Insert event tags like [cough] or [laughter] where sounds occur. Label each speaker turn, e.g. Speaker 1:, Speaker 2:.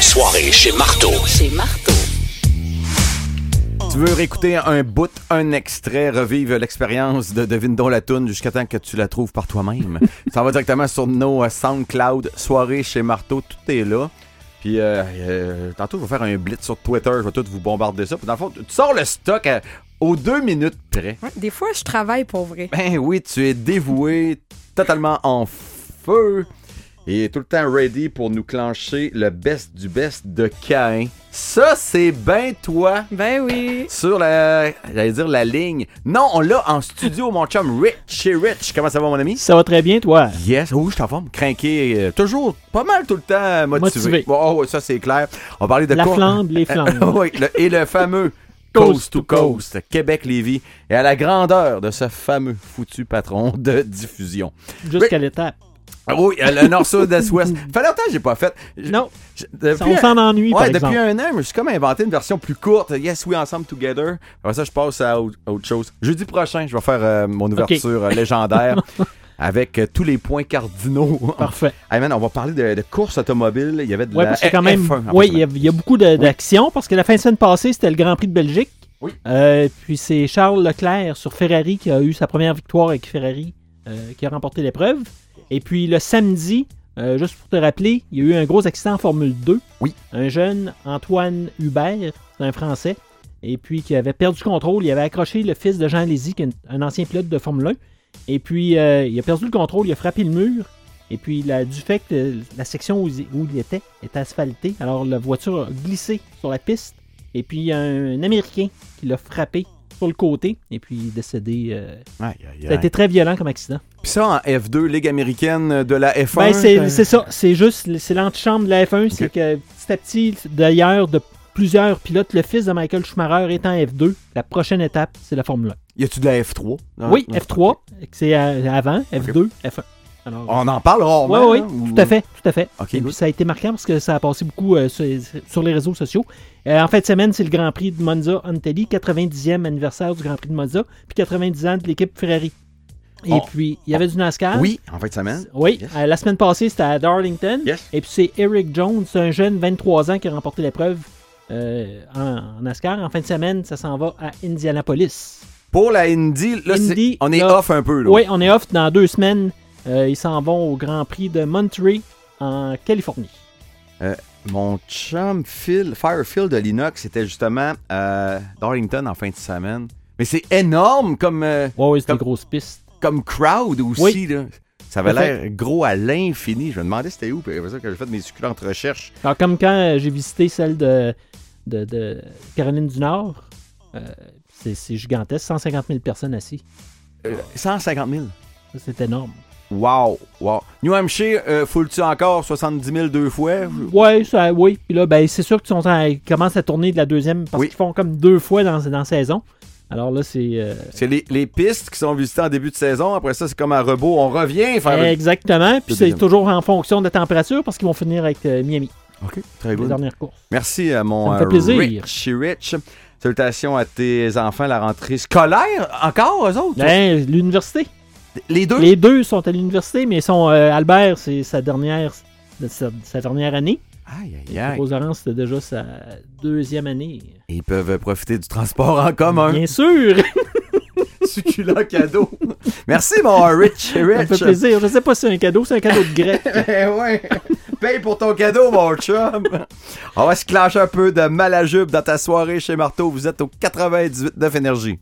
Speaker 1: soirée chez Marteau.
Speaker 2: Chez Marteau.
Speaker 3: Tu veux réécouter un bout, un extrait, revivre l'expérience de Devine donc la toune jusqu'à temps que tu la trouves par toi-même. Ça va directement sur nos euh, SoundCloud, soirée chez Marteau, tout est là. Puis euh, euh, tantôt, je vais faire un blitz sur Twitter, je vais tout vous bombarder ça. Puis dans le fond, tu sors le stock à- aux deux minutes près.
Speaker 4: Ouais, Des fois, je travaille pour vrai.
Speaker 3: Ben oui, tu es dévoué, totalement en feu et tout le temps ready pour nous clencher le best du best de Cain. Ça, c'est ben toi
Speaker 4: Ben oui.
Speaker 3: sur la, j'allais dire la ligne. Non, on l'a en studio, mon chum Rich. Chez Rich, comment ça va, mon ami?
Speaker 5: Ça va très bien, toi?
Speaker 3: Yes, Oh, oui, je suis en forme. Crinqué, euh, toujours pas mal tout le temps motivé.
Speaker 5: Motivé.
Speaker 3: Oh, ouais, ça, c'est clair. On parlait de
Speaker 5: La
Speaker 3: quoi?
Speaker 5: flambe, les flammes.
Speaker 3: [laughs] oui, le- et le
Speaker 5: [laughs]
Speaker 3: fameux Coast to Coast, Québec-Lévis, et à la grandeur de ce fameux foutu patron de diffusion.
Speaker 5: Jusqu'à l'étape.
Speaker 3: Ah Oui, euh, le nord-sud,
Speaker 5: [laughs]
Speaker 3: est-ouest. Fait longtemps que j'ai pas fait. Je-
Speaker 5: Non,
Speaker 3: je-
Speaker 5: ça,
Speaker 3: depuis
Speaker 5: on s'en ennuie, par
Speaker 3: Ouais, depuis
Speaker 5: exemple.
Speaker 3: un an, je me suis comme inventé une version plus courte. Yes, we ensemble together. Après ça, je passe à au- autre chose. Jeudi prochain, je vais faire euh, mon ouverture euh,
Speaker 5: [laughs]
Speaker 3: légendaire avec euh, tous les points cardinaux.
Speaker 5: Parfait.
Speaker 3: hey man, on va parler de, de course automobile. Il y avait de
Speaker 5: Ouais,
Speaker 3: la
Speaker 5: parce que
Speaker 3: F- Ah,
Speaker 5: quand même,
Speaker 3: F1 en
Speaker 5: ouais,
Speaker 3: plus,
Speaker 5: il y, a- il y a beaucoup de- d'actions parce que la fin de semaine passée, c'était le Grand Prix de Belgique.
Speaker 3: Oui.
Speaker 5: Euh, puis c'est Charles Leclerc sur Ferrari qui a eu sa première victoire avec Ferrari, euh, qui a remporté l'épreuve. Et puis le samedi, euh, juste pour te rappeler, il y a eu un gros accident en Formule 2.
Speaker 3: Oui.
Speaker 5: Un jeune Antoine Hubert, c'est un Français, et puis qui avait perdu le contrôle. Il avait accroché le fils de Jean Lézy, qui est un ancien pilote de Formule 1. Et puis euh, il a perdu le contrôle, il a frappé le mur. Et puis, la- du fait que euh, la section où, il- où il était est asphaltée, alors la voiture a glissé sur la piste. Et puis, il y a un Américain qui l'a frappé sur le côté. Et puis, il est décédé. euh,
Speaker 3: Aïe, aïe,
Speaker 5: Ça a
Speaker 3: aïe.
Speaker 5: été très violent comme accident.
Speaker 3: Puis ça, en F2, Ligue américaine de la F1. euh,
Speaker 5: Ben, c'est c'est ça. C'est juste, c'est l'antichambre de la F1. C'est
Speaker 3: Ok.
Speaker 5: que petit à petit, d'ailleurs, de plusieurs pilotes, le fils de Michael Schumacher est en F2. La prochaine étape, c'est la Formule
Speaker 3: Y a-tu de la Ah, F3? Non,
Speaker 5: 1. Oui,
Speaker 3: non,
Speaker 5: F3, c'est euh, avant, F2, F1. Alors,
Speaker 3: On en parle
Speaker 5: Oui,
Speaker 3: rarement.
Speaker 5: oui,
Speaker 3: hein, ou-
Speaker 5: tout à fait, tout à fait.
Speaker 3: Ok,
Speaker 5: Et puis,
Speaker 3: good.
Speaker 5: ça a été marquant parce que ça a passé beaucoup euh, sur, sur les réseaux sociaux. Euh, en fin de semaine, c'est le Grand Prix de Monza Antelli, 90e anniversaire du Grand Prix de Monza, puis 90 ans de l'équipe Ferrari. Et
Speaker 3: Oh.
Speaker 5: puis, il y avait du NASCAR.
Speaker 3: Oui, en fin de semaine.
Speaker 5: Oui,
Speaker 3: Yes.
Speaker 5: euh, la semaine passée, c'était à Darlington.
Speaker 3: Yes.
Speaker 5: Et puis, c'est Eric Jones, un jeune 23 ans qui a remporté l'épreuve euh, en, en NASCAR. En fin de semaine, ça s'en va à Indianapolis.
Speaker 3: Pour la Indy, là, c'est-
Speaker 5: Indy,
Speaker 3: on est
Speaker 5: là-
Speaker 3: off un peu. Là.
Speaker 5: Oui, on est off dans deux semaines. Euh, ils s'en vont au Grand Prix de Monterey en Californie.
Speaker 3: Mon chum Phil, Firefield de l'Inox, c'était justement à Darlington en fin de semaine. Mais c'est énorme comme, euh,
Speaker 5: Ouais, ouais, c'est
Speaker 3: Comme-
Speaker 5: des grosses pistes.
Speaker 3: comme crowd aussi.
Speaker 5: Oui.
Speaker 3: là. Ça avait
Speaker 5: Tout à fait.
Speaker 3: l'air gros à l'infini. Je me demandais c'était où, puis c'est pour ça que j'ai fait mes succulentes recherches.
Speaker 5: Alors, comme quand euh, j'ai visité celle de, de, de Caroline du Nord, euh, c'est c'est gigantesque, 150 000 personnes assises.
Speaker 3: Euh, 150 000.
Speaker 5: Ça, C'est énorme.
Speaker 3: Wow, wow. New Hampshire, euh, foules-tu encore 70 000 deux fois? Je-
Speaker 5: Ouais, ça, oui. Puis là, ben, c'est sûr qu'ils sont en- ils commencent à tourner de la deuxième parce
Speaker 3: Oui.
Speaker 5: qu'ils font comme deux fois dans, dans la saison. Alors là, c'est. euh,
Speaker 3: C'est les, les pistes qui sont visitées en début de saison. Après ça, c'est comme à rebours. On revient faire...
Speaker 5: Euh,
Speaker 3: le-
Speaker 5: exactement. Puis
Speaker 3: Le
Speaker 5: c'est
Speaker 3: deuxième.
Speaker 5: toujours en fonction de la température parce qu'ils vont finir avec euh, Miami,
Speaker 3: OK, très
Speaker 5: les
Speaker 3: bon.
Speaker 5: dernières courses.
Speaker 3: Merci à mon
Speaker 5: Ça me fait
Speaker 3: euh,
Speaker 5: plaisir.
Speaker 3: Rich. Rich. Salutations à tes enfants, la rentrée scolaire. Encore, eux autres?
Speaker 5: Ben, l'université.
Speaker 3: Les deux?
Speaker 5: Les deux sont à l'université, mais ils sont, euh, Albert, c'est sa dernière, sa, sa dernière année.
Speaker 3: Aïe, aïe,
Speaker 5: Yeah.
Speaker 3: aïe.
Speaker 5: Rose Orange, c'était déjà sa deuxième année.
Speaker 3: Ils peuvent profiter du transport en commun.
Speaker 5: Bien sûr!
Speaker 3: [laughs] Succulent cadeau. Merci, mon Rich.
Speaker 5: Ça me fait
Speaker 3: Rich.
Speaker 5: plaisir. Je sais pas si c'est un cadeau, c'est un cadeau de grec.
Speaker 3: Eh ouais. Paye pour ton cadeau, mon chum. On va se clencher un peu de mal à jupe dans ta soirée chez Marteau. Vous êtes au 98 Énergie.